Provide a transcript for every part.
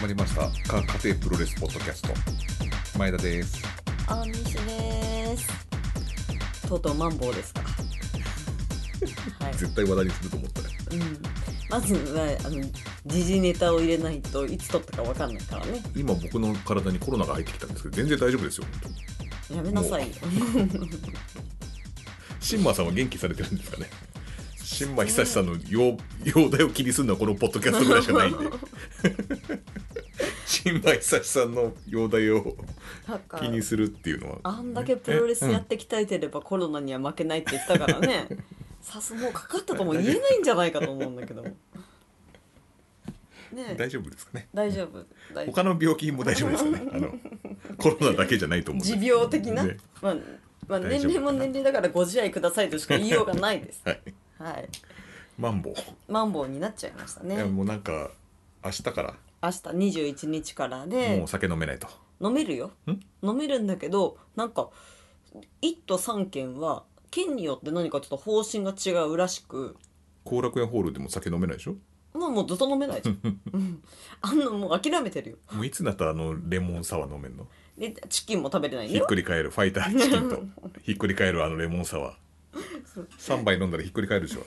まりましたか家庭プロレスポッドキャスト前田ですあみしです。とうとうマンボウですか。はい。絶対話題にすると思ったねうん。まずは、あの、時事ネタを入れないといつ撮ったかわかんないからね。今僕の体にコロナが入ってきたんですけど全然大丈夫ですよ本当にやめなさいよ。シンマーさんは元気されてるんですかねシンマ久志さんの容容態を気にするのはこのポッドキャストぐらいしかないんで シンマ久志さんの容態をだか気にするっていうのはあんだけプロレスやって鍛えてればコロナには負けないって言ってたからね。さすもうかかったとも言えないんじゃないかと思うんだけど。ねえ大丈夫ですかね大丈夫。大丈夫他の病気も大丈夫ですかねあのコロナだけじゃないと思うんです持病的な、ねまあ、まあ、大年丈夫かな齢も年齢だからご自愛くださいとしか言いようがないです。はいはい。マンボウマンボウになっちゃいましたいやね。もうなんか明日から明日二十一日からもうでお酒飲めないと、飲めるよ。飲めるんだけど、なんか一都三県は県によって何かちょっと方針が違うらしく、後楽園ホールでも酒飲めないでしょまあもうずっと飲めないじ ゃん。うんあんなもう諦めてるよ。もういつになったらあのレモンサワー飲めんのでチキンも食べれないんだひっよ。くり返るファイターチキンとひっくり返るあのレモンサワー3杯飲んだらひっくり返るでしょ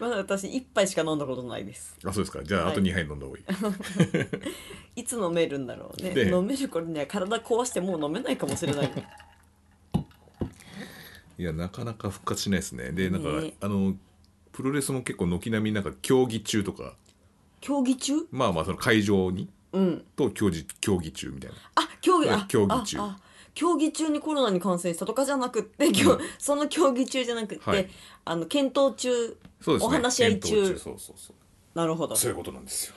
まだ私一杯しか飲んだことないです。あそうですかじゃああとはい2杯飲んだ方がいい、いつ飲めるんだろうね。で飲める頃には体壊してもう飲めないかもしれ ない。い、やなかなか復活しないですねでなんか、ねあのプロレスも結構軒並みなんか競技中とか競技中？まあまあその会場にうん。と競技競技中みたいなあ、競技、はいあ、競技中ああ競技中にコロナに感染したとかじゃなくって、今日その競技中じゃなくって、はいあの検討中、そうですねお話し合い検討中。そうそうそうなるほど。そういうことなんですよ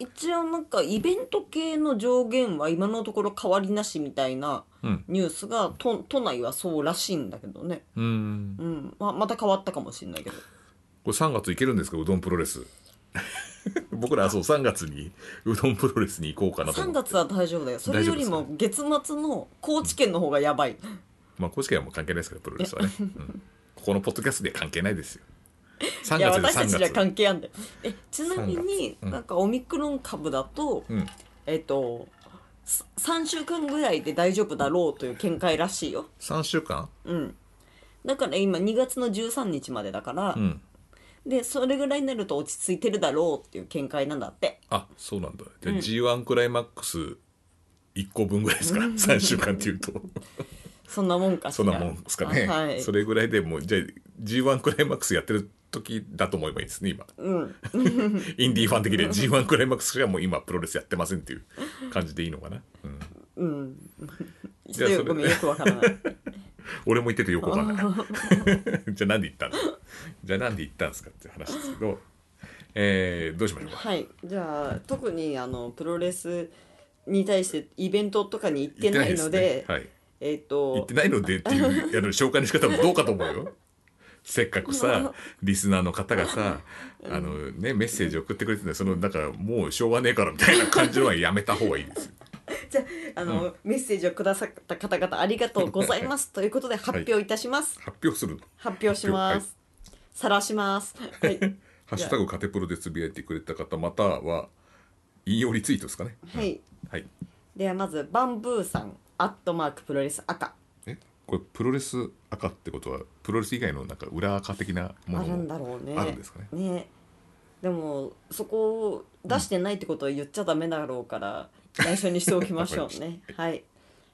一応なんかイベント系の上限は今のところ変わりなしみたいなうんニュースが都都内はそうらしいんだけどね。うんうん。まあまた変わったかもしれないけど。これ3月行けるんですかうどんプロレス 僕らそう3月にうどんプロレスに行こうかなと思3って月は大丈夫だよ。それより大も月末の高知県の方がやばい。まあ高知県はもう関係ないですからプロレスは ね、うんここのポッドキャストでは関係ないですよ3いや月で私たちじゃ3月関係あんだよ。えちなみに3月うんなんかオミクロン株だと。うんえっ、と、さ3週間ぐらいで大丈夫だろうという見解らしいよ。 3週間うん。だから今2月の13日までだから、うんで、それぐらいになると落ち着いてるだろうっていう見解なんだって。あそうなんだじゃあ G1 クライマックス1個分ぐらいですか、3週間っていうとそんなもんかしそら。んなもんですかね、あはい。それぐらいでもうじゃあ G1 クライマックスやってる時だと思えばいいですね今うん。 インディーファン的で G1 クライマックスしかもう今プロレスやってませんっていう感じでいいのかな、うんうん。ちじょゃあっそとれごめん、よくわから ない。俺も言っててよくわかんない じゃあなんで行ったんだじゃあなんで行ったんですかっていう話ですけど、えーどうしましょうかはい。じゃあ、特にあの、プロレスに対してイベントとかに行ってないので、行ってないすねはいえっ、行とって、ないのでっていうあの紹介の仕方もどうかと思う よせっかくさリスナーの方がさあの、ね、メッセージ送ってくれてるんでそのなんかもうしょうがねえからみたいな感じのはやめた方がいいですよじゃああの、メッセージをくださった方々ありがとうござい ますということで発表いたします。発表するの発表します。さらします。はい。ハッシュタグカテプロでつぶやいてくれた方または引用リツイートですかねはい。はいではまずバンブーさん、アットマークプロレス赤。えこれプロレス赤ってことはプロレス以外のなんか裏赤的なもあのるんもだろうね。あるんですかねでもそこを出してないってことは言っちゃダメだろうから、内緒にしておきましょう ね。はい。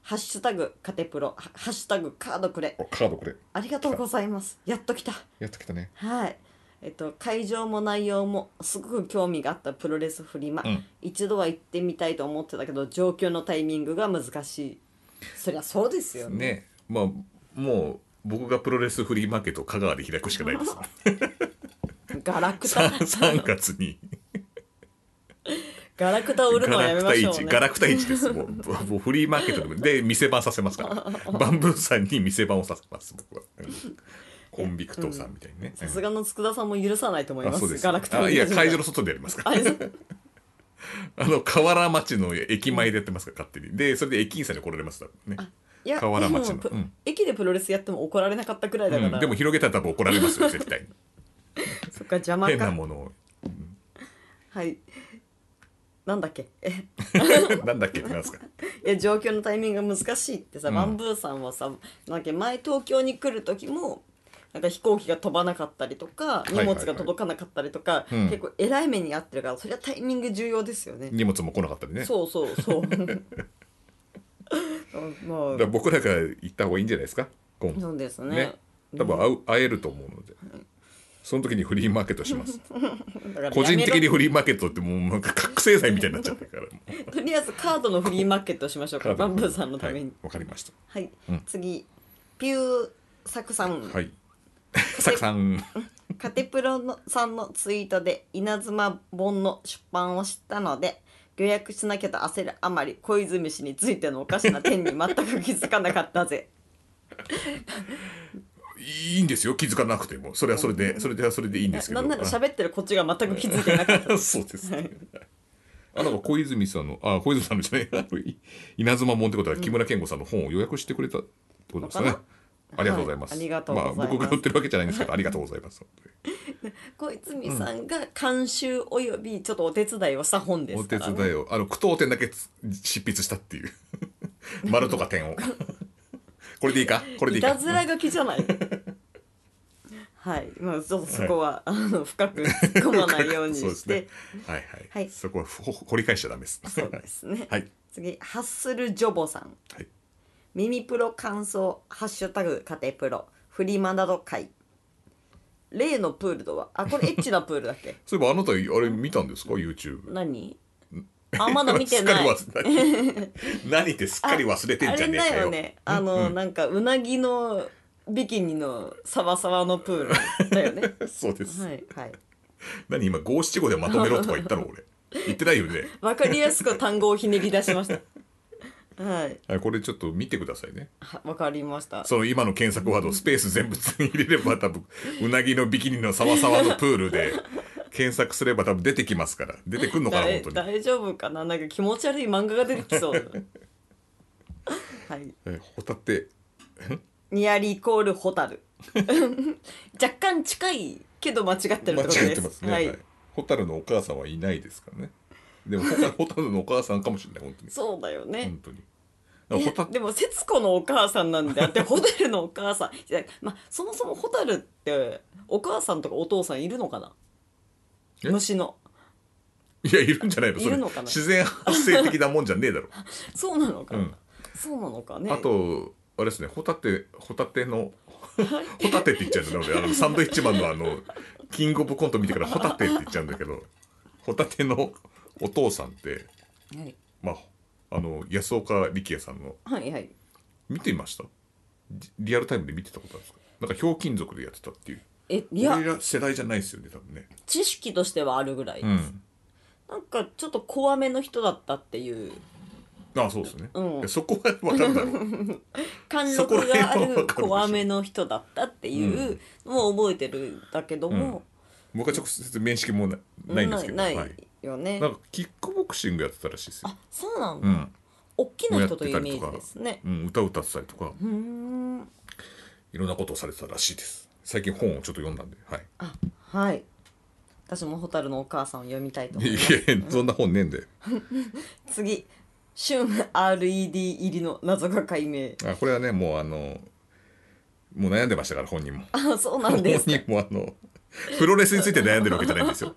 ハッシュタグカテプロ、ハハッシュタグカードくれ。おカードこれありがとうございます。やっと来た。やっときたねはい。えっと、会場も内容もすごく興味があったプロレスフリマ、うん一度は行ってみたいと思ってたけど状況のタイミングが難しいそりゃそうですよねねまあもう僕がプロレスフリーマーケットを香川で開くしかないですガラクタ3月にガラクタを売るのガはやめラクまタしょう市ねガラクタ市ですもうぼぼフリーマーケットでもで店番させま すからバンブーさんに店番をさせます僕はうんコンビクトさんみたいにね、さすがの佃さんも許さないと思いあまそうすですガラクタあいや会場のの外でやりますからあそう あの河原町の駅前でやってますから勝手にでそれで駅員さんに怒られますだねいや河原町のでもプうん駅でプロレスやっても怒られなかったくらいだから、うん、でも広げたら多分怒られますよ絶対に そっか邪魔変なかものをはいなんだっけえなんだっけなんですかいや上京のタイミングが難しいってさ、うんバンブーさんはさなんだっけ前東京に来る時もなんか飛行機が飛ばなかったりとかい荷物が届かなかったりとか、うん結構えらい目に遭ってるからそりゃタイミング重要ですよね。荷物も来なかったりねそうそう そう。あまだからあ僕らが行った方がいいんじゃないですか今度そうですね。ね多分会う会えると思うのでその時にフリーマーケットし ますだから個人的やめにフリーマーケットってもうなんか覚醒剤みたいになっちゃったからろとりあえずカードのフリーマーケットしましょうか。バンブーさんのためはいに。わかりましたはい。うん次ピューサクさん。はいサクさんカテプロのさんのツイートで稲妻本の出版を知ったので予約しなきゃと焦るあまり小泉氏についてのおかしな点に全く気づかなかったぜいいんですよ気づかなくてもそれはそれでそれではそれでいいん ですけなどんなら喋ってるこっちが全く気づいてなかった あそうですねあなんか小泉さんのあ小泉さんのじゃないあのい 稲妻門ってことは木村健吾さんの本を予約してくれたってことですかね、のかありがとうございます、はいありがとうございますあ僕が売ってるわけじゃないんですけどありがとうございます本当に小泉さんが監修およびちょっとお手伝いをした本でおすか手ら、ね、伝いをあの句読点だけつ執筆したっていう 丸とか点を これでいいかこれでいいいたかずら書きじゃ ないはいまあちょっとそこは、あの深く突っ込まないようにそうでしすてね はいはい、はいそこはほほ掘り返しちゃダメですそうですねはい次ハッスルジョボさんはい耳プロ感想「ハッシュタグ家庭プロ」フリマなど会例のプールとはあこ れエッチなプールだっけそういえばあなたあれ見たんですか YouTube 何あまだ見てない すっかり忘れ 何ってすっかり忘れてんあじゃれねえだかよよねあの、なんかうなぎのビキニのサワサワのプールだよ ねそうです、はいはい何今五七五でまとめろとか言ったの俺言ってないよねわかりやすく単語をひねり出しましたはいはいこれちょっと見てくださいねはわかりましたその今の検索ワードをスペース全部入れれば多分うなぎのビキニのサワサワのプールで検索すれば多分出てきますから出てくるのかなだい本当に大丈夫かななんか気持ち悪い漫画が出てきそう はいえホタテニアリイコールホタル 若干近いけど間違ってる間ってことです違えてますね、はいはいホタルのお母さんはいないですからねでもホタホタルのお母さんかもしれない本当にそうだよね本、当にだからホタでも節子のお母さんなんであって ホタルのお母さんいやまあそもそもホタルってお母さんとかお父さんいるのかなえ虫のいやいるんじゃないのそいれるのかな自然発生的なもんじゃねえだろそうなのかな、うんそうなのかねあとあれですねホタテホタテのホタテって言っちゃうんだ俺あのサンドイッチマンのあのキングオブコント見てからホタテって言っちゃうんだけどホタテのお父さんってはい、まああの安岡力也さんのはいはい見てましたリリアルタイムで見てたことあるんですかなんかひょうきん族でやってたっていうえいや俺ら世代じゃないですよね多分ね知識としてはあるぐらい、うんなんかちょっと怖めの人だったっていうああそうですね、うんいやそこは分かるだろう貫そこら禄が辺はあわかるるでしょ怖めの人だったっていうのを覚えてるんだけども、僕は直接面識もなないんですけどないはないいよね、なんかキックボクシングやってたらしいですよあそうなんうだ、ん大きな人というイメージですねうん、歌を歌ってたりとかうーんいろんなことをされてたらしいです最近本をちょっと読んだんで、はい、あはい私も蛍のお母さんを読みたいと思いいますやいやそんな本ねえんで次旬 RED 入りの謎が解明あこれはねもうあのもう悩んでましたから本人もあそうなんです本人もあのプロレスについて悩んでるわけじゃないんで すよ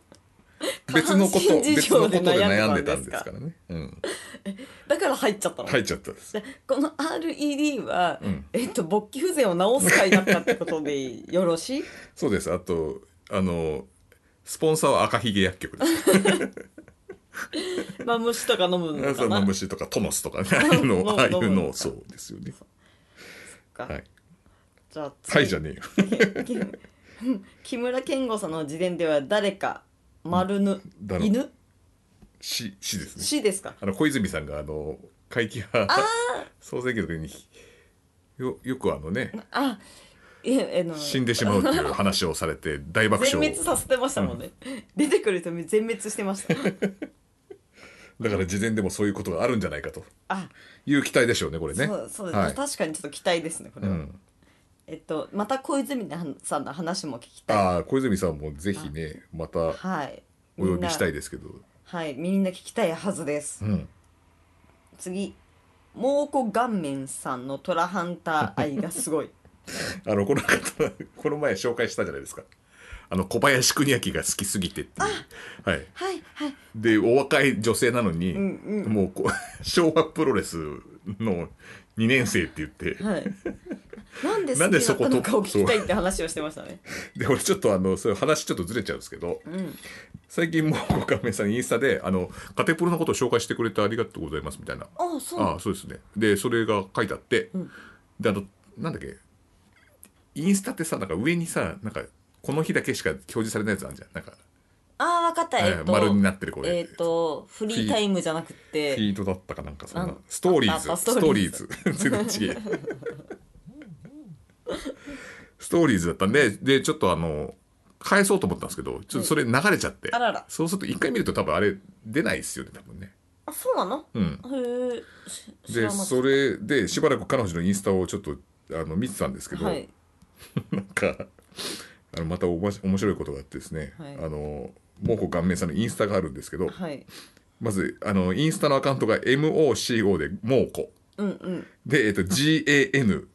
別のこと下半身事別の情ことでで悩悩んんででたたんでんですすかからね、うん、だから入っちゃったの、入っちゃったんですでこの RED は、んえっと勃起不全を治す会だったってことでよろしいそうですあとあのスポンサーは赤ひげ薬 局ですまあ虫とか飲むのそかうマなムシとかトノスとかねああい 飲うむのああい飲むう飲のむそうですよねかはいじゃあ次はいじゃねえよ木村健吾さんの自伝では誰か丸ぬだろう犬ししですね死ですかあの小泉さんがあの会期派総選挙の時によよくあのねあええの死んでしまうっていう話をされて大爆全笑滅させてましたもんね、出てくる人全滅してましただから事前でもそういうことがあるんじゃないかとあいう期待でしょうねこれねそうそうです、はい確かにちょっと期待ですねこれうは、ん、えっとまた小泉さんの話も聞きたいああ小泉さんもぜひねまたはいお呼びしたみんいですけどはいみんな聞きたいはずですうん次猛虎顔面さんのトラハンター愛がすごいあのこの方この前紹介したじゃないですかあの小林邦明が好きすぎてっていう、はい、はいはいでお若い女性なのに、うんうんもうこう昭和プロレスの2年生って言ってはい なんでな好んできだそっこたとのかを聞きたいって話をしてましたねで俺ちょっとあのそういう話ちょっとずれちゃうんですけどうん最近もう亀さんインスタであの「カテプロのことを紹介してくれてありがとうございます」みたいなああそうああそうですねでそれが書いてあって、うんであのなんだっけインスタってさなんか上にさなんかこの日だけしか表示されないやつあるじゃんなんか、ああ分かったえっえーと丸になってるこれ、えっとフリータイムじゃなくフてィードだったかなんかそんななんストーリーズああスストトーーリリーーズ ズ全然違えストーリーズだったんででちょっとあの返そうと思ったんですけどちょっとそれ流れちゃって、あららそうすると一回見ると多分あれ出ないですよね多分ねあそうなのうんへえでそれでしばらく彼女のインスタをちょっとあの見てたんですけど、はいなんかあのまたおもし面白いことがあってですね、はいあの猛虎顔面さんのインスタがあるんですけどはい まずあのインスタのアカウントが MOCO で猛虎うんうんで、えっと、GAN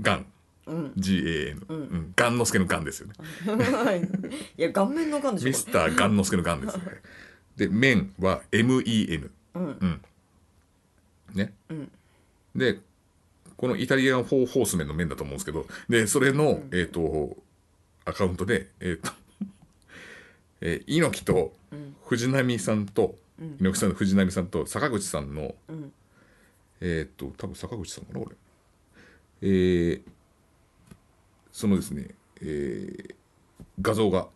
ガンうん、 GAN、うんうん、ガンのすけのガンですよねいや顔面の感じミスターガンのすけのガンですよねで面は MEN うんうんね、うんでこのイタリアンフォーホースメンの面だと思うんですけどでそれの、えっ、とアカウントでえっ、とえー猪木とうん藤波さんと、うん猪木さんと藤波さんと坂口さんのうんえーっと多分坂口さんかな俺えー、そのですねえー画像が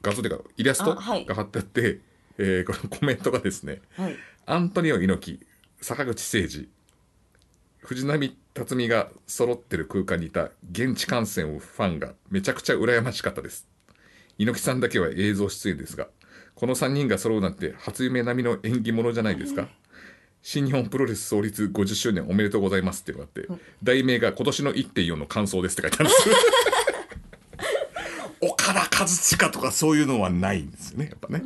画像というかイラストあはいが貼ってあって、えーこのコメントがですねはいアントニオ猪木坂口誠二藤波辰巳が揃ってる空間にいた現地観戦をファンがめちゃくちゃ羨ましかったです猪木さんだけは映像出演ですがこの3人が揃うなんて初夢並みの縁起物じゃないですか新日本プロレス創立50周年おめでとうございますっていうのがあって題名が今年の1.4の感想ですって書いてあるんですよ 岡田和親とかそういうのはないんですよねやっぱね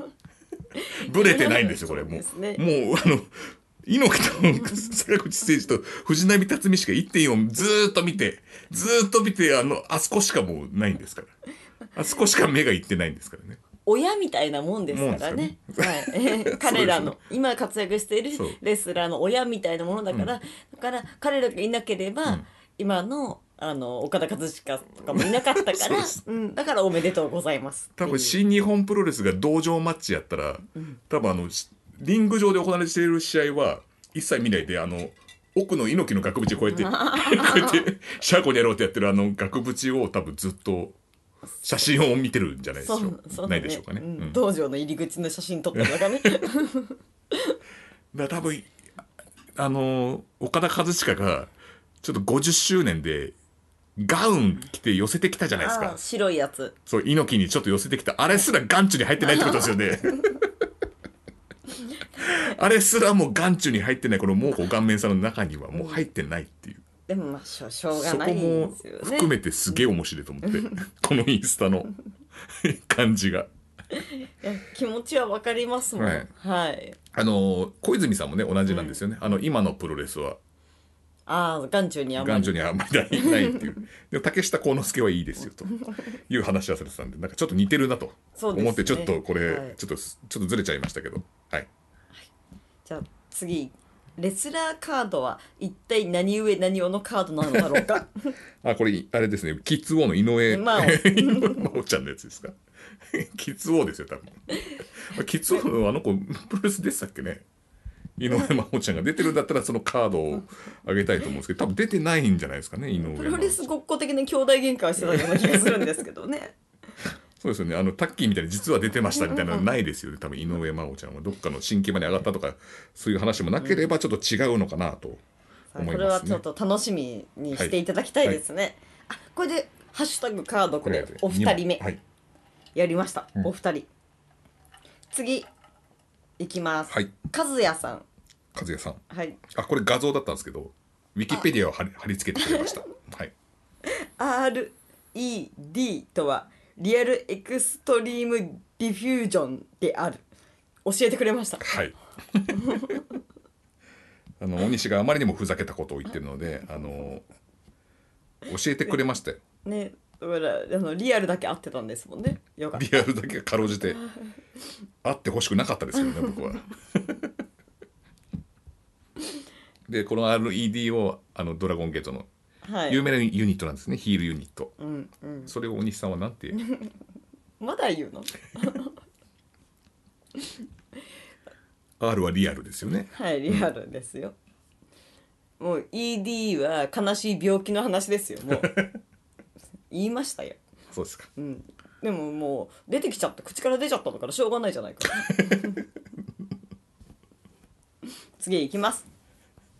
ブレてないんですよこれもうそうですもうあの猪木と坂口誠二と藤波辰巳しか1.4ずーっと見てずーっと見てあのあそこしかもうないんですからあそこしか目がいってないんですからね親みたいなもんですからねはい、 彼らの今活躍しているそうレスラーの親みたいなものだから、だから彼らがいなければ、うん今のあの岡田和親とかもいなかったからそうですうん、だからおめでとうございますってい多う分新日本プロレスが道場マッチやったら、多分あのしリング上で行われている試合は一切見ないであの奥の猪木の額縁を こうやってこうやってシャーコにやろうってやってるあの額縁を多分ずっと写真を見てるんじゃないでしょそううそうだねないでしょうかね。ううんん道場の入り口の写真撮ったの がねだから多分あのー岡田和親がちょっと50周年でガウン着て寄せてきたじゃないですあか白いやつそう猪木にちょっと寄せてきたあれすら眼中に入ってないってことです よねあれすらもう眼中に入ってないこの猛虎顔面さんの中にはもう入ってないっていう、でもまあしょしょうがそなこいんもですよね含めてすげえ面白いと思って、このインス タの感じがいや気持ちはわかりますもんははいい、あのー小泉さんもね同じなんですよね、あの今のプロレスはああ眼中にあま男女りにあんまりないないっていうでも竹下幸之助はいいですよと いう話はされてたんでなんかちょっと似てるなとそうですね思ってちょっとこれ、はいちょっとちょっとずれちゃいましたけどはいじゃあ次レスラーカードは一体何上何をのカードなのだろう かあこれあれですねキッズ王の井上 まあまおちゃんのやつですか キッズ王ですよ多分キッズ王のあの子プロレスでしたっけね井上真央ちゃんが出てるんだったらそのカードをあげたいと思うんですけど多分出てないんじゃないですかね井上真央プちゃんロレスごっこ的な兄弟喧嘩をしてたような気がするんですけどねそうですよねあのタッキーみたいに実は出てましたみたいなのないですよね多分井上真央ちゃんはどっかの新規場に上がったとかそういう話もなければちょっと違うのかなとさあ思こいれまはすちねょっ。と楽しみにしていただきたいですね、あこれで「ハッシュタグカードこれお二人目はい、やりました、お二人次いきます、はい、和也さん和也さんはいあこれ画像だったんですけどウィキペディアを貼り貼り付けてくれました。はい、 RED とはリアルエクストリームディフュージョンである教えてくれましたはい あの大西があまりにもふざけたことを言ってるのであの教えてくれましたよねだからあのリアルだけ合ってたんですもんねよかっリアルだけかろうじてあってほしくなかったですよ ね僕は。でこの RED をあのドラゴンゲートたのはい有名なユニットなんですね、ヒールユニットうんうん、それを大西さんはなんて言うまだ言うの R はリアルですよねはいリアルですよ、もう ED は悲しい病気の話ですよも う言いましたよ、そうですかうん、でももう出てきちゃった口から出ちゃったんだからしょうがないじゃないか 次いきます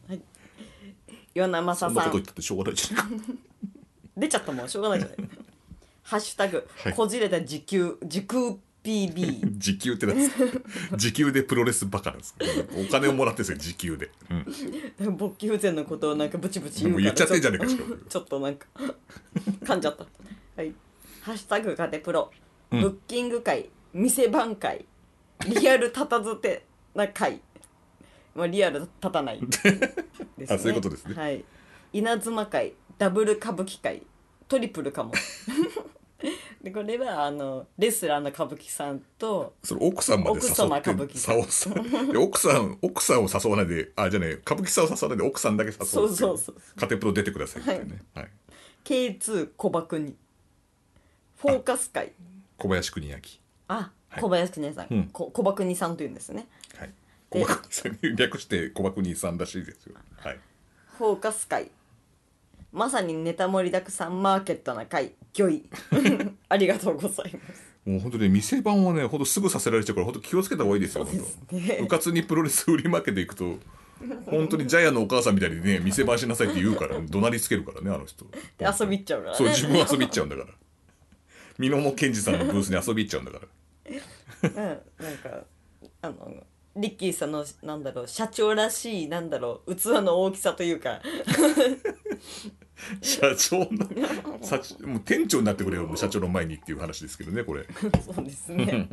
はい岩名正そんなさこと言んったってしょうがないじゃないか出ちゃったもんしょうがないじゃ ない「ハッシュタグ、はいこじれた時給時空 PB 時給ってなん ですか時給でプロレスバカなんですかお金をもらってるんですよ時給で、うん、」勃起不全のことをなんかブチブチ言うかもうら言っちゃってんじゃねえかしかもちょっとなんか噛んじゃった。はい。ハッシュタグガテプロ、うんブッキング会、店番会、リアルたたずてな会。まあリアル立たない、であそういうことですねはい。稲妻会、ダブル歌舞伎会、トリプルかも。 でこれはあのレスラーの歌舞伎さんとそれ奥さんまで奥誘様って歌舞伎さおさんで奥さん奥さんを誘わないであじゃあね歌舞伎さんを誘わないで奥さんだけ誘うっていそうそうそうカテプロ出てくださいっていうね、はい K2 小バクにフォーカス会小林邦明あはい小林邦さん、うんこ小バクにさんというんですねはい小バクさんに略して小バク兄さんらしいですよはいフォーカス会まさにネタ盛りだくさんマーケットな会魚い ありがとうございますもう本当に店番はねほんとすぐさせられちゃうから本当気をつけた方がいいですよそ本うです当ねうかつにプロレス売り負けていく と本当にジャイアンのお母さんみたいにね店番しなさいって言うから怒鳴りつけるからねあの人で遊び行っちゃうからそうね自分遊び行っちゃうんだから美濃も健二さんのブースに遊び行っちゃうんだからうんなんかあのリッキーさんのなんだろう社長らしいなんだろう器の大きさというか 社長の社長もう店長になってくれよもう社長の前にっていう話ですけどねこれそうです ね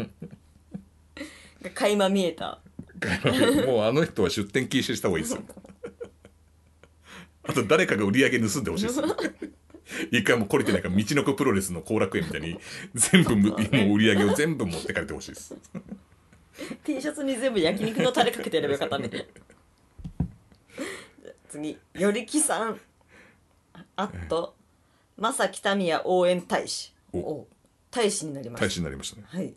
が垣間見えた もうあの人は出店禁止した方がいいですよ あと誰かが売り上げ盗んでほしいです よ一回もう懲りてないから道のくプロレスの後楽園みたいに全部むもう売り上げを全部持ってかれてほしいです T シャツに全部焼肉のタレかけてやればよか ったね次よりきさんあとまさきたみや応援大使おお大使になりま大す使になりましたねはい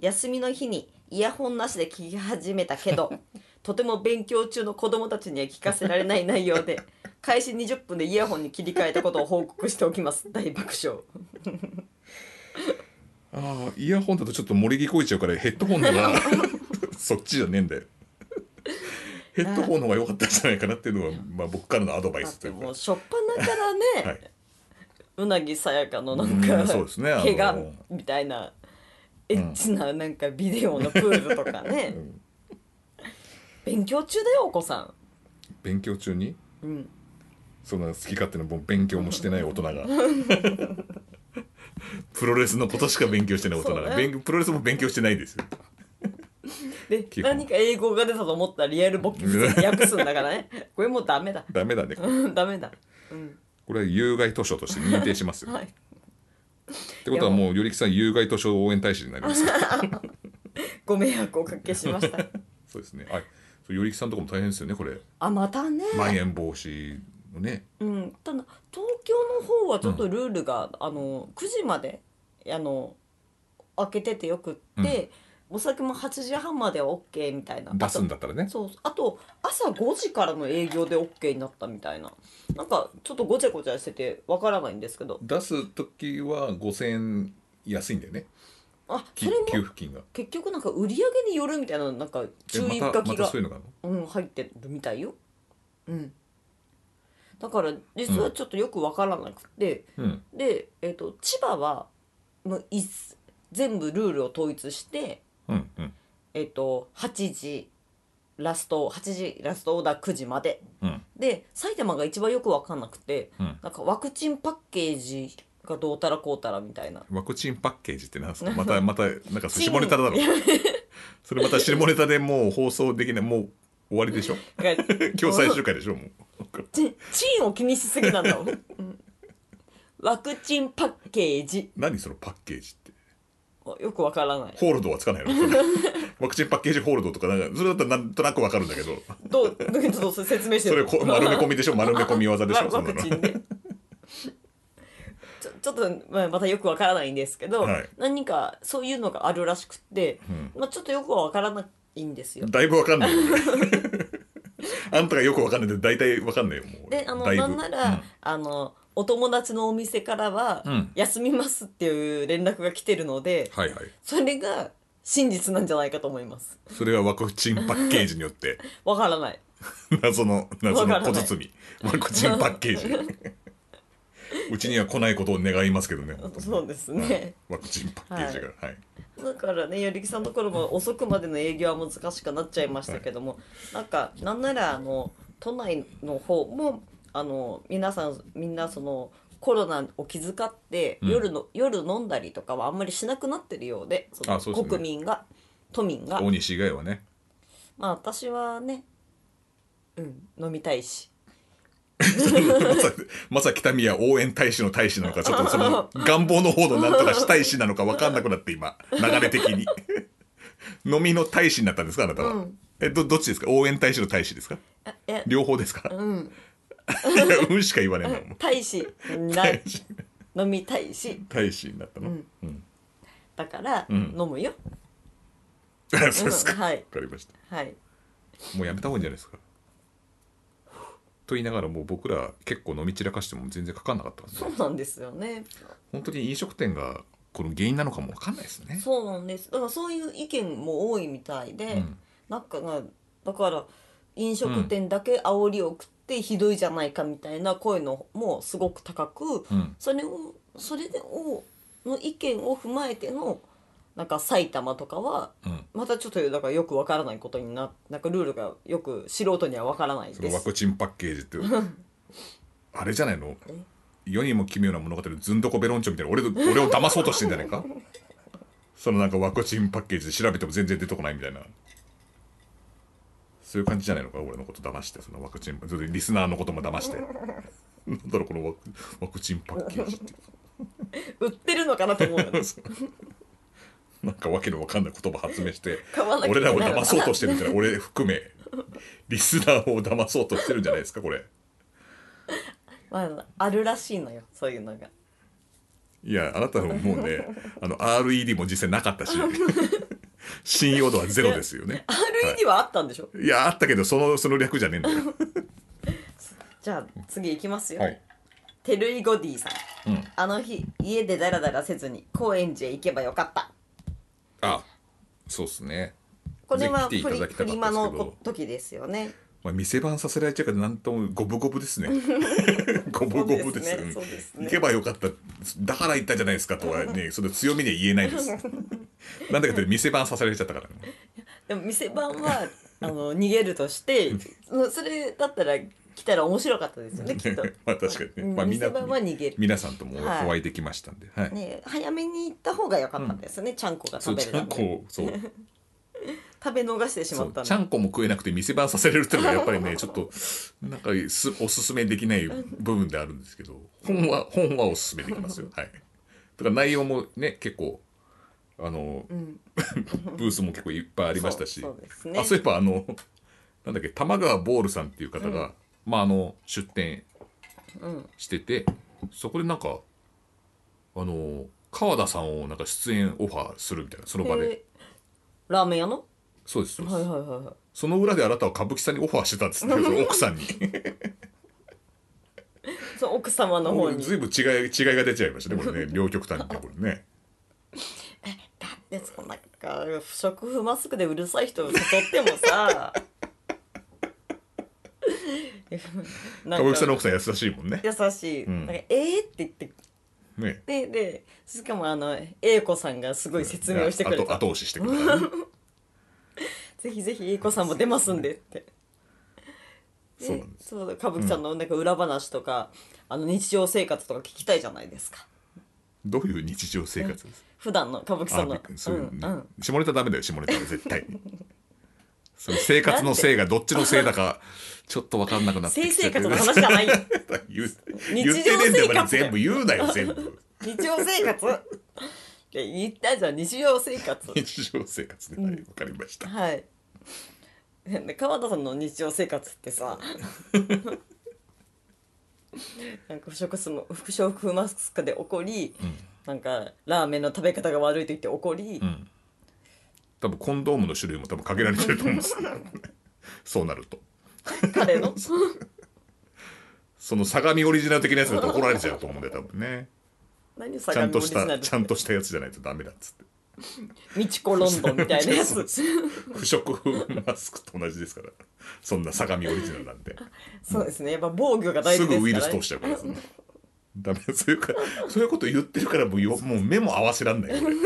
休みの日にイヤホンなしで聞き始めたけど とても勉強中の子供たちには聞かせられない内容で開始20分でイヤホンに切り替えたことを報告しておきます大爆笑ああイヤホンだとちょっと漏れ聞こえちゃうからヘッドホンの がそっちじゃねえんだよ ヘッドホンの方が良かったんじゃないかなっていうのは、まあ、僕からのアドバイだっスといてうかもう初っ端からね、 はい、うなぎさやかのなんか、うんそうですねあの怪我みたいなエッチななんかビデオのプールとかね、ん勉強中だよお子さ勉強中にん、うん、そんな好き勝手なもう勉強もしてない大人 がプロレスのことしか勉強してない大人そうが、ね勉プロレスも勉強してないですよで基本何か英語が出たと思ったらリアルボックスで訳すんだからね これもうダメだダメだねうん ダメだ、うん、これは有害図書として認定します よ、はいってことはもうよりきさん有害図書応援大使になり ますからご迷惑をおかけしましたそうですねはいそうよりきさんとかも大変ですよねこれあまたね、まん延防止のねうん、ただ東京の方はちょっとルールが、あの9時まであの開けててよくって、お酒も8時半までは OK みたいな出すんだったらねそうあと朝5時からの営業で OK になったみたいななんかちょっとごちゃごちゃしててわからないんですけど出す時は5000円安いんだよねあそきれ給も付金が結局なんか売り上げによるみたいななんかえ注意ま書たまきたがそういうのがあるのうん、入ってるみたいよ。うん。だから実はちょっとよくわからなくて、うんで、えっと千葉はもういっ全部ルールを統一して、うんうんえっと8時ラスト8時ラストオーダー9時までうんで埼玉が一番よくわかんなくてうんなんかワクチンパッケージがどうたらこうたらみたいなワクチンパッケージってなんです かまたまたなんかそれ下ネタだろそれまた下ネタでもう放送できないもう終わり でしょだから 今日最 終回でしょもうチチンを気にしすぎなんだも ん、うんワクチンパッケージ何そのパッケージってよくわからないホールドはつかないの ワクチンパッケージホールドとかなんかそれだったらなんとなくわかるんだけどどうどうちょっとそれ説明してそれこ丸め込みでしょ丸め込み技でしわょそワんなクのチンで ちょちょっと、まあ、またよくわからないんですけど、はい何かそういうのがあるらしくって、まあ、ちょっとよくわからないんですよ。だいぶわかんないよ ねあんたがよくわかんないんで大体わかんないよもうであのだいぶなんなら、あのお友達のお店からは、うん休みますっていう連絡が来てるのではいはいそれが真実なんじゃないかと思います。それはワクチンパッケージによってわからない。 謎の謎のわから小ない包みワクチンパッケ ージうちには来ないことを願いますけどね本当にそうですね。ワクチンパッケージがはい、だからね、やりきさんの頃も遅くまでの営業は難しくなっちゃいましたけども、なんかなんならあの都内の方もあの皆さんみんなそのコロナを気遣って、うん夜の夜飲んだりとかはあんまりしなくなってるようで、そのあそうですね国民が都民が、大西以外はね まあ私はね、うん飲みたいし、まさ まさきたみや応援大使の大 使なのかちょっとその願望の方のなんとかしたい使なのか分かんなくなって今流れ的に 飲みの大使になったんですかあなたは、うんえどどっちですか応援大使の大使ですかあえ両方ですか、うんいや うんしか言わねえんだもん大使にな 大使飲みたいし、大使になったの、うんうん、だから、うん飲むよ。あ そうですか、うんはい分かりましたはい。もうやめた方がいいんじゃないですかと言いながらもう僕ら結構飲み散らかしても全然かかんなかったんでそうなんですよね。本当に飲食店がこの原因なのかも分かんないですねそうなんですだからそういう意見も多いみたいで、うんなんかがだから飲食店だけ煽りを食ってひどいじゃないかみたいな声のもすごく高く、うんそれをそれでをの意見を踏まえてのなんか埼玉とかはうんまたちょっとだからよくわからないことにななんかルールがよく素人にはわからないそのでワす。クチンパッケージってあれじゃないの世にも奇妙な物語のずんどこベロンチョみたいな俺と俺を騙そうとしてんじゃないかそのなんかワクチンパッケージで調べても全然出てこないみたいなそういう感じじゃないのか俺のこと騙してそのワクチンそれでリスナーのことも騙してなんだろうこのワクワクチンパッケージって売ってるのかなと思うよ ね なんかわけのわかんない言葉発明して買わなきゃ俺らを騙そうとしてるみたいな俺含めリスナーを騙そうとしてるんじゃないですかこれ。まあ、あるらしいのよそういうのが。いや、あなたのもうね、あの RED も実際なかったし、 信用度はゼロですよね。 RE にはあったんでしょ、いや、あったけど、その、その略じゃねえんだよ。じゃあ次いきますよ。はい。テルイゴディさん、うんあの日家でダラダラせずに高円寺へ行けばよかったあ、そうっすね。これはぜひ来プていリただきプたかったですリけどマのこ時ですよねまあ、店番させられちゃうから、なんとも五分五分で すね。五分五分ですよねそうですね行けばよかった。だから言ったじゃないですかとはね、それ強みには言えないです。なんだかって店番させられちゃったからね。でも店番はあの逃げるとしてうん それだったら来たら面白かったですよねきっと まあ、確かにね。まあ、うんみんな店番は逃げる皆さんともおはい会いできましたんで。はい。ね早めに行った方が良かったですね、ちゃんこがそう、食べちれゃたんんでこ、そう。食べ逃してしまそっうたんちゃでんこも食えなくて店番させれるっていうのがやっぱり ねちょっとなんかすおすすめできない部分であるんですけど本は本はおすすめできま すよはいだから内容もね結構あの、ブースも結構いっぱいありましたしそうそうですねあそういえばあのなんだっけ玉川ボールさんっていう方が、まああの出店してて、そこでなんかあの川田さんをなんか出演オファーするみたいなその場でへーラーメン屋のそうですそうですはいはいはいはいその裏であなたは歌舞伎さんにオファーしてたんですね奥さんに その奥様の方にずいぶん違い違いが出ちゃいましたね これね両極端にねこれねだってそんなか不織布マスクでうるさい人を誘っても さな歌舞伎さんのんか奥さん優しいもんね優しい、んなんかえー、って言ってねででしかもあの英子さんがすごい説明をしてくれあとた後押ししてくれた、ね、ぜひぜひ英子さんも出ますんでってで そうなんですそう歌舞伎さんのなんか裏話とか、あの日常生活とか聞きたいじゃないですかどういう日常生活です普段の歌舞伎さんのあそういううんうん下ネタダメだよ下ネタは絶対にその生活のせいがどっちのせいだかちょっと分かんなくなって性きちゃ生って活の話じゃないよ 言う日言常っ生活てねえんだよまだ全部言うなよ全部日常生 活いや言ったじゃん日常生活 日常生活で、ねはい、分かりましたはいで川田さんの日常生活って さなんか不織布も不織布マスクで怒り、なんかラーメンの食べ方が悪いと言って怒り、うん多分コンドームの種類も多分限られてると思うんですよそうなると彼 のその相模オリジナル的なやつだと怒られちゃうと思うんだよ多分ね何ちゃ相ん模とオリしジナルたってちゃんとしたやつじゃないとダメだっつってミチコロンドンみたいなや そうつ不織布マスクと同じですからそんな相模オリジナルなんでそうですねやっぱ防御が大す事ぐですから、ね、ウイルス通しちゃうからそんなダメそういうかそういうこと言ってるからもうよもう目も合わせられない俺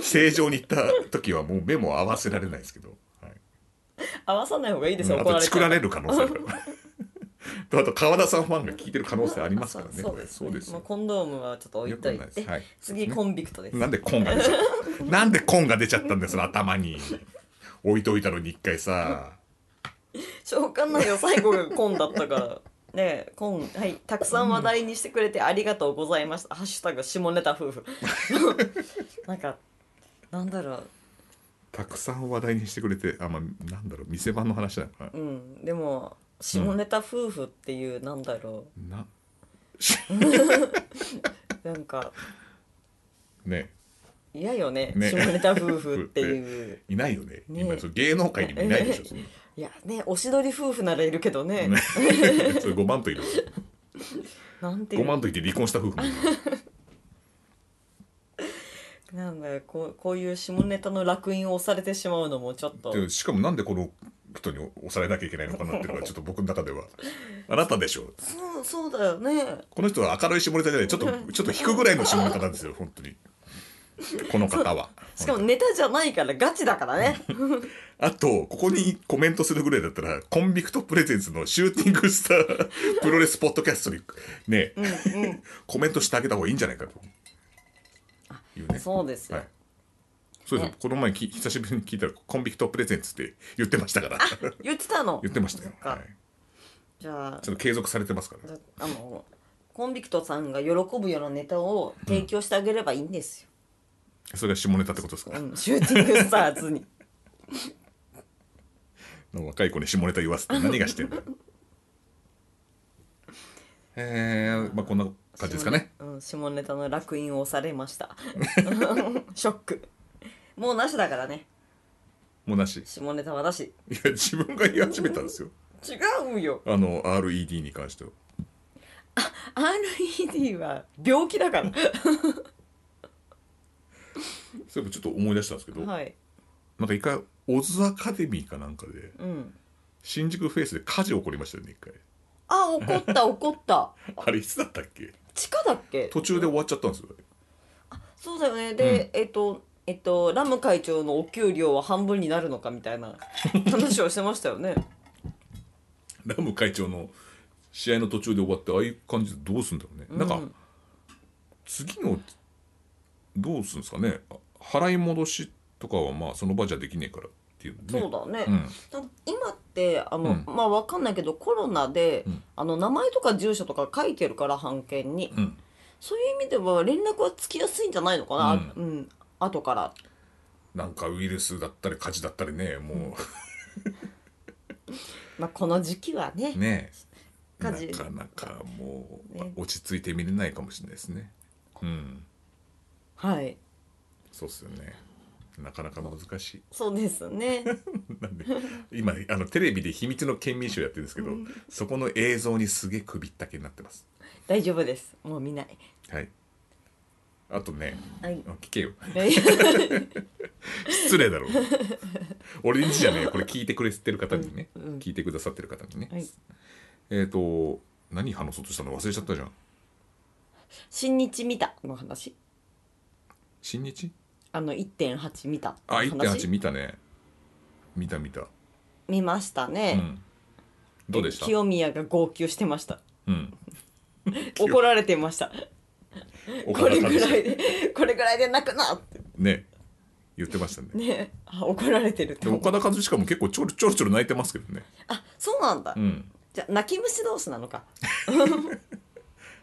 正常に行った時はもう目も合わせられないですけど、はい、合わさない方がいいですよ、あ怒らとれチたクられる可能 性あるからあと川田さんファンが聞いてる可能性ありますからねそうこれですねよまあ、コンドームはちょっと置いといよくないてですはい次コンビクトです、なんでコンが出ち ゃったなんでコンが出ちゃったんだよその頭に置いといたのに一回さしょうがないよ最後がコンだった からねえコンはいたくさん話題にしてくれてありがとうございました「ハッシュタグ下ネタ夫 婦」なんかなんだろたくさん話題にしてくれてあまあなんだろう店番の話なのかなううんでも下ネタ夫婦っていうなんだろなうなんかね嫌よねね下ネタ夫婦っていういないよねね今そう芸能界にもいないで しょそんないやねおしどり夫婦ならいるけどねね それ5万といるなんてい5う万といて離婚した夫婦もいるなんだよこうこういう下ネタの烙印を押されてしまうのもちょっとでしかもなんでこの人に押されなきゃいけないのかなっていうのがちょっと僕の中ではあなたでしょそうそうだよねこの人は明るい下ネタじゃないちょ っとちょっと引くぐらいの下ネタなんですよ本当にこの方はしかもネタじゃないからガチだからねあとここにコメントするぐらいだったらコンビクトプレゼンツのシューティングスタープロレスポッドキャストにね、コメントしてあげた方がいいんじゃないかというねそうですよ、はいそうです、この前き久しぶりに聞いたらコンビクトプレゼンツって言ってましたから言ってたの言ってましたよそ、っかはい、じゃあちょっと継続されてますからじゃああのコンビクトさんが喜ぶようなネタを提供してあげればいいんですよ、それが下ネタってことですか、うん、シューティングスターズ に若い子に下ネタ言わ せて何がしてんだよえー、まあこんな感じですかね下,、うん、下ネタの烙印を押されました ショックもうなしだからねもうなし下ネタはなしいや自分が言い始めたんですよ違うよあの RED に関しては RED は病気だからそういえばちょっと思い出したんですけど、はいなんか一回オズアカデミーかなんかでうん新宿フェイスで火事起こりましたよね一回あ怒った怒ったあれいつだったっけ地下だっけ途中で終わっちゃったんですよそうだよねで、えっとえっとラム会長のお給料は半分になるのかみたい な話をしてましたよねラム会長の試合の途中で終わってああいう感じでどうすんだろうね、なんか次のどうすんですかねあ払い戻しとかはまあその場じゃできねえからっていうねそうだね、うんなんか今ってあの、うんまあわかんないけどコロナで、うんあの名前とか住所とか書いてるから版権に、うんそういう意味では連絡はつきやすいんじゃないのかなうんうん、後からなんかウイルスだったり火事だったりねもまあこの時期はね うね火事なかなかもう、ね落ち着いて見れないかもしれないですねうんはいそうっすよねなかなか難しいそうです ねなんで今あのテレビで「秘密の県民ショー」やってるんですけど、そこの映像にすげえ首ったけになってます大丈夫ですもう見ないはいあとねはいあ聞けよ は失礼だろう俺んちじゃねえよこれ聞いてくれてる方にね、うんうん聞いてくださってる方にね、いえっ、と何話そうとしたの忘れちゃったじゃん新日見たの話新日あの1.8見たあの話1.8見たね見た見た見ましたうね、んどうでした清宮が号泣してましたうん怒られてました岡こ田れ和ぐら志いで これぐらいで泣くなってね言ってましたねねあ怒られてるっでて思う岡田和志かも結構ちょろちょろちょろ泣いてますけどねあそうなんだ、うんじゃあ泣き虫同士なのか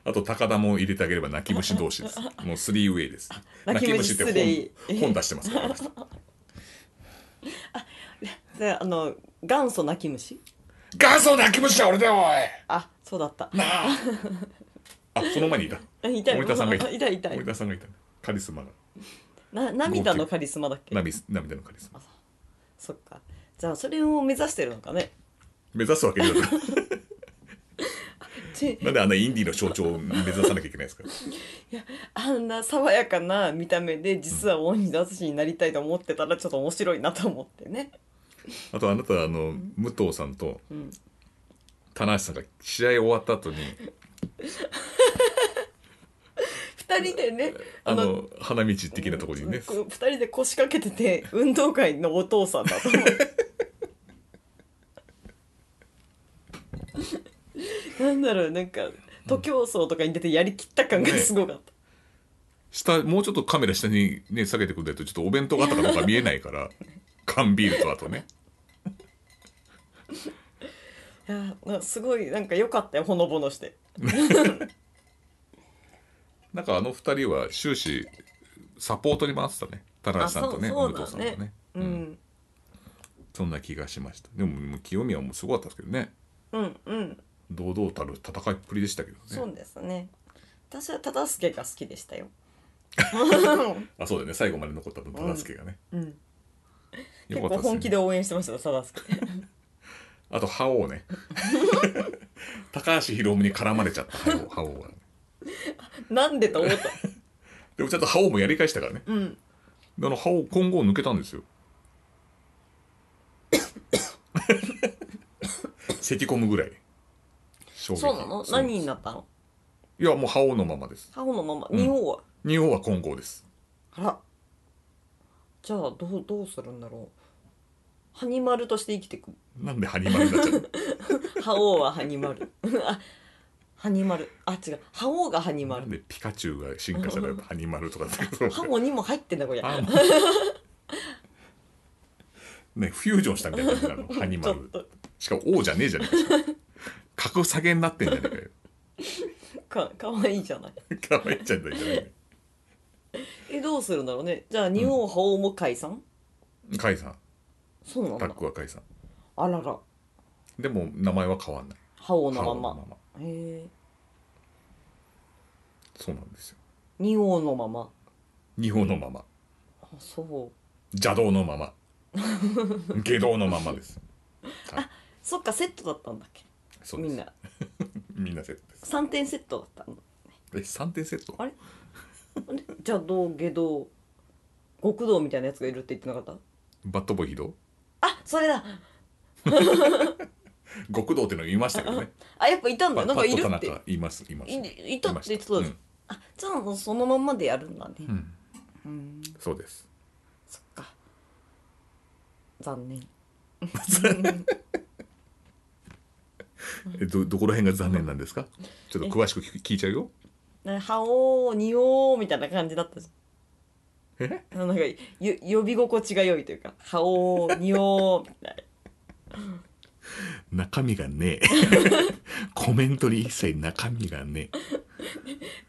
あと高田も入れてあげれば泣き虫 同士ですもうスリーウェイです泣き虫スリー泣き虫って本本出してますからあの人であの元祖泣き虫元祖泣き虫は俺だよおあそうだったいな ああその前にいたいたよ森田さんがいたいたいた森田さんがいたカリスマがな涙のカリスマだっけ涙涙のカリスマそっかじゃあそれを目指してるのかね目指すわけじゃない ちなんであんなインディーの象徴を目指さなきゃいけないんですかあんな爽やかな見た目で実は大西淳になりたいと思ってたらちょっと面白いなと思ってねあとあなたあの武藤さんとん棚橋さんが試合終わった後に二人でねああのの花道的なところにねこう二人で腰掛けてて運動会のお父さんだと思う なんだろうなんか徒競走とかに出てやりきった感がすごかった、下もうちょっとカメラ下にね下げてくれないとちょっとお弁当があったかどうか見えないから缶ビールとあとねいやーなすごいなんか良かったよほのぼのしてなんかあの二人は終始サポートに回ってたね棚橋さんとねあそう武藤さんとそうだねね、うん、そんな気がしましたでももう清宮もすごかったですけどねうんうん堂々たる戦いっぷりでしたけどねそうですね私は忠相が好きでした よあそうだよね最後まで残った分忠介がね、うん結よかっ構たですね本気で応援してました忠相あと覇 王ね高橋宏夢に絡まれちゃった覇王覇王はなんでと思ったでもちゃんと覇王もやり返したからねうんあの覇王今後抜けたん ですよ咳込むぐらい衝撃そうなのそう何になったのいやもう覇王のままです母のままん二王は、日本は今後ですあらじゃあどうどうするんだろうハニマルとして生きていくなんでハニマルに なっちゃう覇王はハニマル あハニマルあ違う覇王がハニマなんルでピカチュウが進化したらやっぱハニマルとかって覇王にも入ってんだこりゃあもうねフュージョンしたみたいな感じなのハニちマょっルとしかも王じゃねえじゃねえか格下げになってんじゃねえかよかかわいいじゃない かわいっちゃったんじゃないえどうするんだろうねじゃあ日本覇王も解散、甲斐さんそうなんタだックは甲斐さんあららでも名前は変わんない覇王の覇ま王まへえそうなんですよ二王のまま日本のままあそう邪道の まま下道のままですそっかセットだったんだっけそうみですんなみんなセットです三点セットだったのえ三点セットあれあれ邪道下道極道みたいなやつがいるって言ってなかったバットボーイヒドあそれだ極道ってのがいましたけどねあやっぱいたんだパなんかパいッると田って中いますいますいいたって言ってたいましあじゃあそのまんまでやるんだねうんうんうんそうですそっか残念えどどこら辺が残念なんですかちょっと詳しく聞聞いちゃうよな覇王二王みたいな感じだったじえゃんなんかよ呼び心地が良いというか覇王二王みたいな中身がね えコメントに一切中身がねえ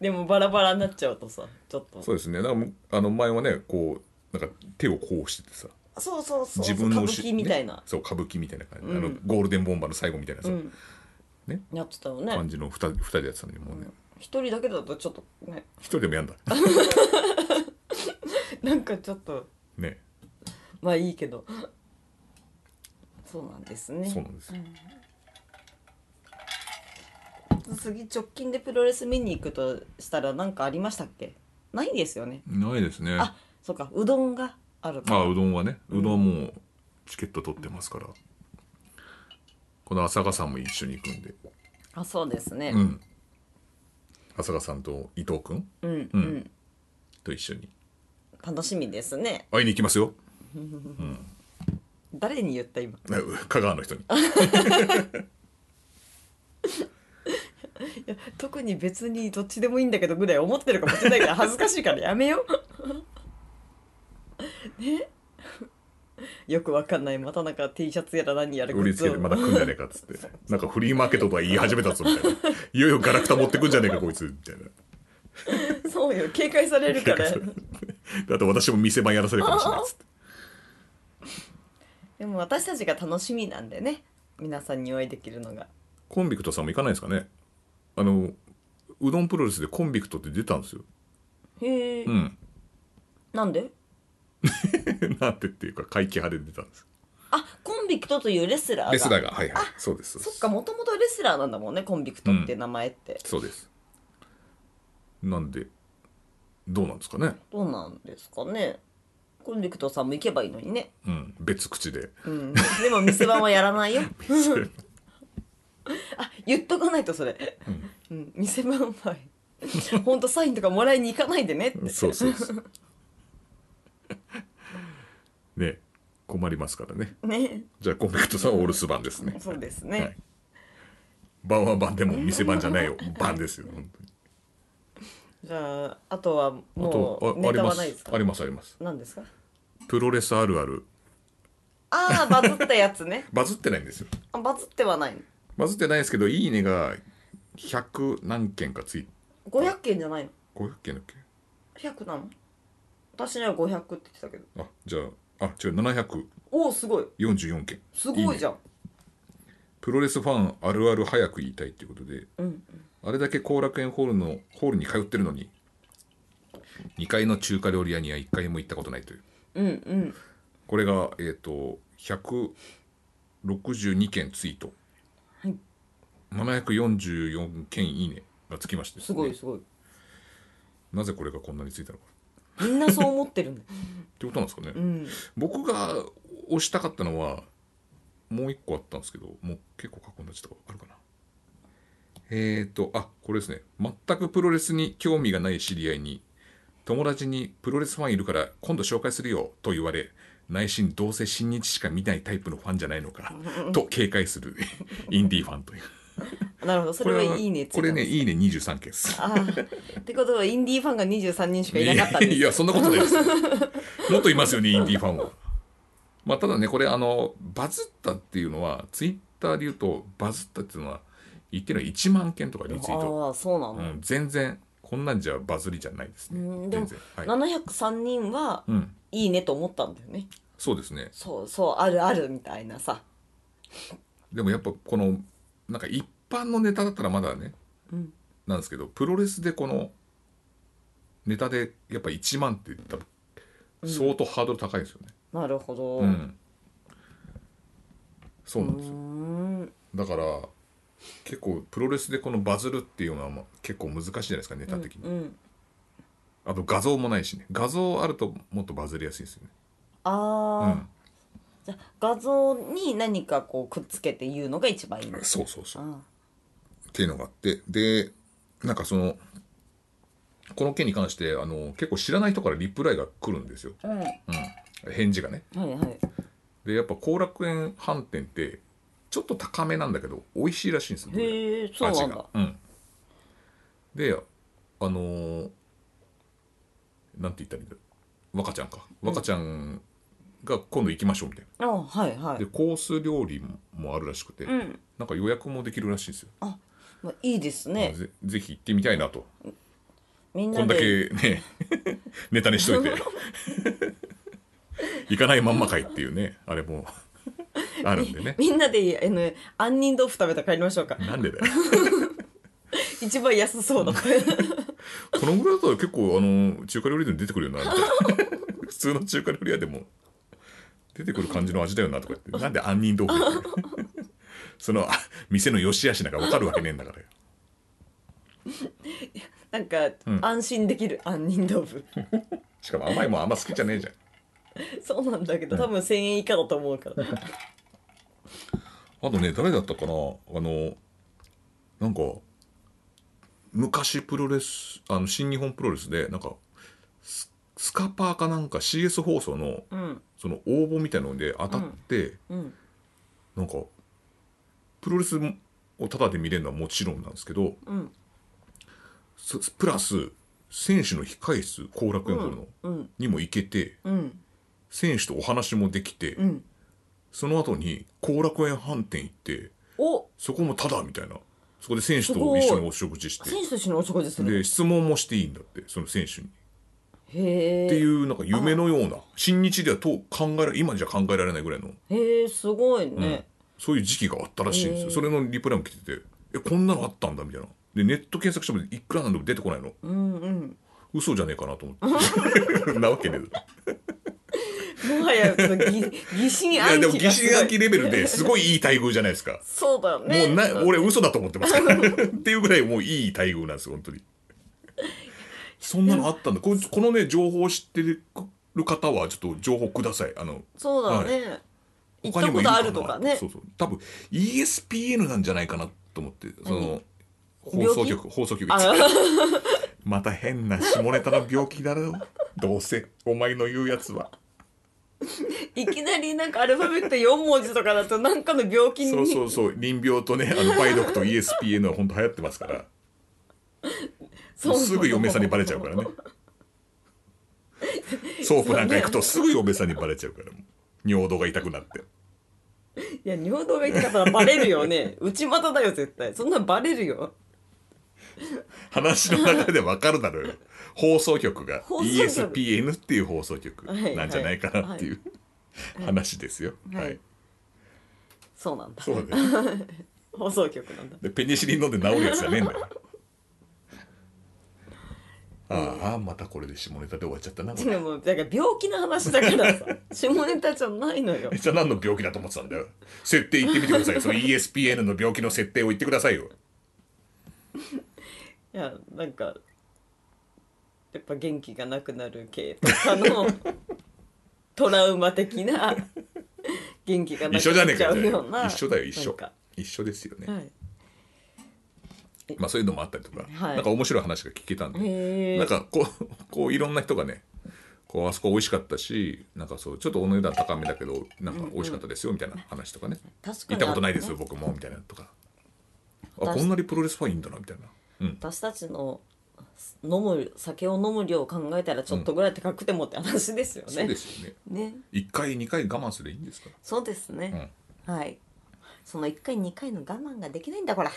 でもバラバラになっちゃうとさちょっとそうですねなんかもうあの前はねこうなんか手をこうしててさそうそうそう自分の歌後舞伎みたいな、ねそう歌舞伎みたいな感じ、うんあのゴールデンボンバーの最後みたいなさ、うんねやってたよ感ねじの 2, 二人でやってたのにもうね一人だけだとちょっとね一人でもや んだなんかちょっとねまあいいけどそうなんですねそうなんですよ次直近でプロレス見に行くとしたら何かありましたっけないですよねないですねあそうかうどんがあるかまあうどんはねうどんはもうチケット取ってますから、この浅賀さんも一緒に行くんであそうですねうん浅賀さんと伊藤君うんうんと一緒に楽しみですね会いに行きますよ誰に言った今香川の人にや特に別にどっちでもいいんだけどぐらい思ってるかもしれないから恥ずかしいからやめよう ねよくわかんないまたなんか T シャツやら何やら売りつけてまだ来んじゃねえかっつってなんかフリーマーケットとか言い始めたぞみたいないよいよガラクタ持ってくんじゃねえかこいつみたい なそうよ警戒されるから だって私も店番やらせるかもしれないっつってでも私たちが楽しみなんでね皆さんにお会いできるのがコンビクトさんも行かないですかねあのうどんプロレスでコンビクトって出たんですよ へえ、うんなんでなんてっていうか怪奇派で出たんですあコンビクトというレスラーがレスラーがはいはいそうですそうでそっすかもともとレスラーなんだもんねコンビクトっていう名前って、そうですなんでどうなんですかねどうなんですかねコンビクトさんも行けばいいのにねうん別 口でうんでも店番はやらないよあ言っとかないとそれ、うん店番はほんとサインとかもらいに行かないでねってそうそう そうね困りますからねねじゃあコンビクトさんはオールス版ですねそうですね、はい版は版でも店版じゃないよ版ですよ本じゃああとは当にあもとうああネりタまはないですすかありますあります何ですかプロレスあるあるああバズったやつねバズってないんですよあバズってはないバズってないですけど「いいね」が100何件かつい500件じゃないの500件だっけ100なの私には500って言ってたけどあじゃああ違う744おおすごい件すごいじゃんんプロレスファンあるある早く言いたいっていうことでうんあれだけ後楽園ホールのホールに通ってるのに2階の中華料理屋には1回も行ったことないといううんうんこれがえっ、と162件ツイート、はい744件いいねがつきましてですねごいすごいなぜこれがこんなについたのかみんなそう思ってるんだってことなんですかね、 うん僕が押したかったのはもう一個あったんですけどもう結構過去のやつとかあるかなえーとあこれですね全くプロレスに興味がない知り合いに友達にプロレスファンいるから今度紹介するよと言われ内心どうせ新日しか見ないタイプのファンじゃないのかと警戒するインディーファンというなるほどそれはいいねこれねついいいね23件ですたんですああってことはインディーファンが23人しかいなかったんですいやいやそんなことな いですもっといますよねインディーファンはまあただねこれあのバズったっていうのはツイッターで言うとバズったっていうのは言ってるのは1万件とかリツイート、ああそうなの、うん、全然こんなんじゃバズりじゃないですねうんでも全然はい、 703人はうん、いいねと思ったんだよねそうですねそうそうあるあるみたいなさでもやっぱこのなんか一般のネタだったらまだね、うんなんですけどプロレスでこのネタでやっぱ1万って多分相当ハードル高いですよね、なるほど、うん、そうなんですようーんだから結構プロレスでこのバズるっていうのはまあ結構難しいじゃないですかネタ的に、うんあと画像もないしね画像あるともっとバズりやすいですよねああ、じゃあ画像に何かこうくっつけて言うのが一番いいんうんですそうそうそうあっていうのがあってでなんかそのこの件に関してあの結構知らない人からリプライが来るんですよ、あうんはうん、返事がねいはいでやっぱ後楽園飯店ってちょっと高めなんだけど美味しいらしいんですよへえそうなんだ味がうんであのーなんて言ったらいいんだろう若ちゃんか若ちゃんが今度行きましょうみたいあはいはな、いでコース料理もあるらしくて、うんなんか予約もできるらしいんですよ、まあ、いいですねぜぜひ行ってみたいなとみんこなんだで けねネタにしといて行かないまんまかいっていうねあれもあるんでねみんなであの杏仁豆腐食べたら帰りましょうかなんでだよ一番安そうだこのぐらいだと結構あの中華料理店出てくるよなみたいな 普通の中華料理屋でも出てくる感じの味だよなと か言ってなんで杏仁豆腐ってそのあ 店の良し悪しなんか分かるわけねえんだからよ なんか、ん安心できる杏仁豆腐しかも甘いもんあんま好きじゃねえじゃんそうなんだけど多分1,000円以下だと思うからあとね誰だったかなあのなんか昔プロレスあの新日本プロレスでなんかススカパーかなんか CS 放送のうんその応募みたいなので当たって、うんなんかプロレスをタダで見れるのはもちろんなんですけどうんそプラス選手の控え室後楽園ホールの、うんにも行けてうん選手とお話もできて、うんその後に後楽園飯店行っておそこもタダみたいなそこで選手とすごい一緒にお食事して選手と一緒にお食事するで質問もしていいんだってその選手に。へえっていうなんか夢のような新日ではと考えら今じゃ考えられないぐらいの、へえすごいうんね、そういう時期があったらしいんですへよーそれのリプライも来てて「えこんなのあったんだ」みたいなでネット検索してもいくらなんでも出てこないのうんうん嘘じゃねえかなと思って なわけねえだもはやその 疑疑心いや暗でも鬼が疑すごい心暗鬼レベルですごいいい待遇じゃないですかそうだよねもうな俺嘘だと思ってますから っていうぐらいもういい待遇なんです本当にそんなのあったんだここのね情報を知ってる方はちょっと情報くださいあのそうだね、行ったことあるとかねそうそう多分 ESPN なんじゃないかなと思ってその放病気送局放送局あまた変な下ネタの病気だろうどうせお前の言うやつは いきなりなんかアルファベット4文字とかだとなんかの病気にそうそうそう臨病とねあの梅毒と ESPN は本当流行ってますからそうすぐ嫁さんにバレちゃうからねソープなんか行くとすぐ嫁さんにバレちゃうから尿道が痛くなって いや尿道が痛かったらバレるよね内股だよ絶対そんなんバレるよ話の中でわかるだろうよ放送局が放送局 ESPN っていう放送局はいなんじゃないかなっていう話ですよ。ははいい、そうなんだそうだね。放送局なんだでペニシリン飲んで治るやつじゃねえん だよ。ああまたこれで下ネタで終わっちゃったな。こ違れうもうだから病気の話だから さ下ネタじゃないのよじゃあ何の病気だと思ってたんだよ。設定言ってみてくださいよ。その ESPN の病気の設定を言ってくださいよ。いやなんかやっぱ元気がなくなる系とか のトラウマ的な元気がな一く緒じゃなねっえちかゃようような一緒だよ一緒なんか一緒ですよね。はい、まあそういうのもあったりとか、はいなんか面白い話が聞けたんで。へえなんかこう こういろんな人がねこうあそこ美味しかったしなんかそうちょっとお値段高めだけどなんか美味しかったですよみたいな話とかね、確か行っにたことないですよ僕もみたいなとかあ私こんなにプロレスファンいいんだなみたいな、うん、私たちの飲む酒を飲む量を考えたらちょっとぐらい高くてもって話ですよそうねで。すよねね1回2回我慢すればいいんですかそうですね、はいその1回2回の我慢ができないんだこら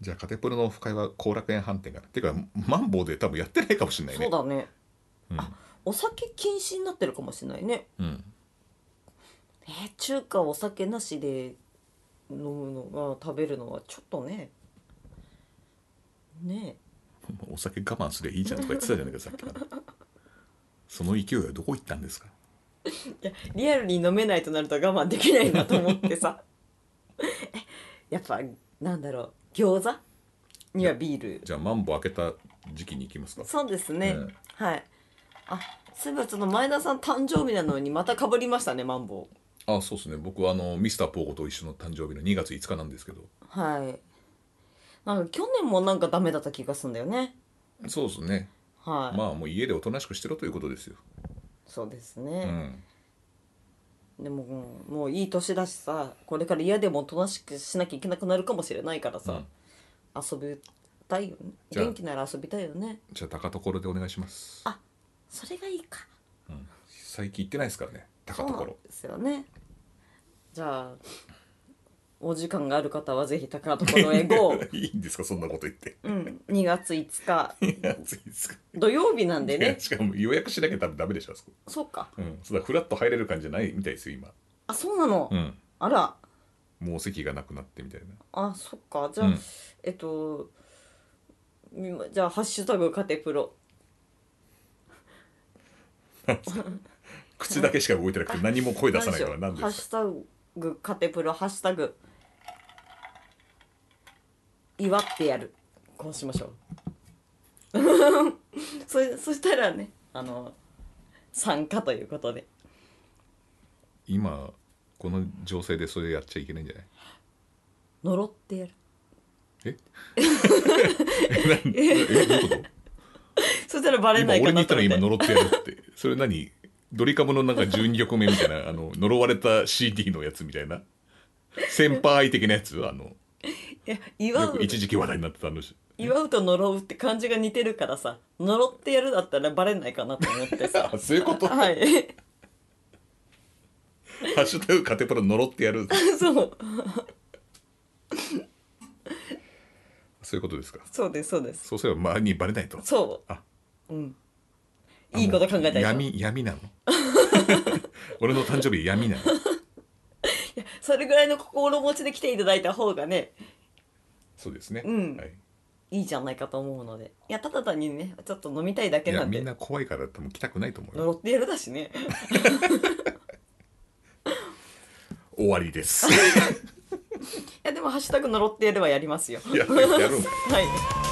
じゃあカテプロのオフ会は後楽園飯店からっていうかマンボウで多分やってないかもしれないねそうだねうんお酒禁止になってるかもしれないねうん、えー中華お酒なしで飲むのが食べるのはちょっとねねお酒我慢すればいいじゃんとか言ってたじゃないかさっきからその勢いはどこ行ったんですかえリアルに飲めないとなると我慢できないなと思って さえやっぱなんだろう餃子にはビールじゃあマンボウ開けた時期に行きますかそうですね。うんはい。あ、そういえばちょっと前田さん誕生日なのにまた被りましたね、マンボウ。あそうですね僕はあのミスターポーゴと一緒の誕生日の2月5日なんですけどはい。なんか去年もなんかダメだった気がするんだよね。そうですねはい。まあもう家でおとなしくしてろということですよ、そうですうね。ん、でももうもういい年だしさ、これから嫌でもおとなしくしなきゃいけなくなるかもしれないからさ、うん遊びたいよね。じゃあ元気なら遊びたいよね。じゃあ高所でお願いしますあ、それがいいか。最近行ってないですからねそ高うなん所ですよね。じゃあ。お時間がある方はぜひ高所へ GO! いいんですかそんなこと言ってうん、2月5日2月5日土曜日なんでいやねしかも予約しなきゃ多分ダメでしょあそこ、そうかうん、そうだフラッと入れる感じじゃないみたいですよ今、あそうなの、うん、あらもう席がなくなってみたいなあそっかじゃあ、うんえっとみじゃあ「ハッシュタグカテプロ口だけしか動いてな くて何も」声出さないから何何ででしょうハッシュすタグカテプロ」「ハッシュタグ祝ってやる」こうしましょう そそしたらねあの参加ということで今この情勢でそれやっちゃいけないんじゃない呪ってやる え えなえどういうことそしたらバレ今ないか俺に言なっとたら思って今呪ってやるって それ何ドリカムのなんか12曲目みたいなあの呪われた CD のやつみたいな先輩的なやつあのいや祝ようく一時期話題になって たのし祝うと呪うって漢字が似てるからさ呪ってやるだったらバレないかなと思って さあそういうことはい ハッシュタグカテプロ呪ってやるそうそういうことですかそうですそうですそうすれば周りにバレないとそあううんいいこと考えたでしょ闇闇 なの俺の誕生日闇なのそれぐらいの心持ちで来ていただいた方がねそうですね、うんはい、いいじゃないかと思うのでいやただ単にねちょっと飲みたいだいけやなんみでんな怖いから多分来たくないと思うよ呪ってやるだしね 終わりですい やでも「ハッシュタグ呪ってやる」はやりますよやるやるんだはい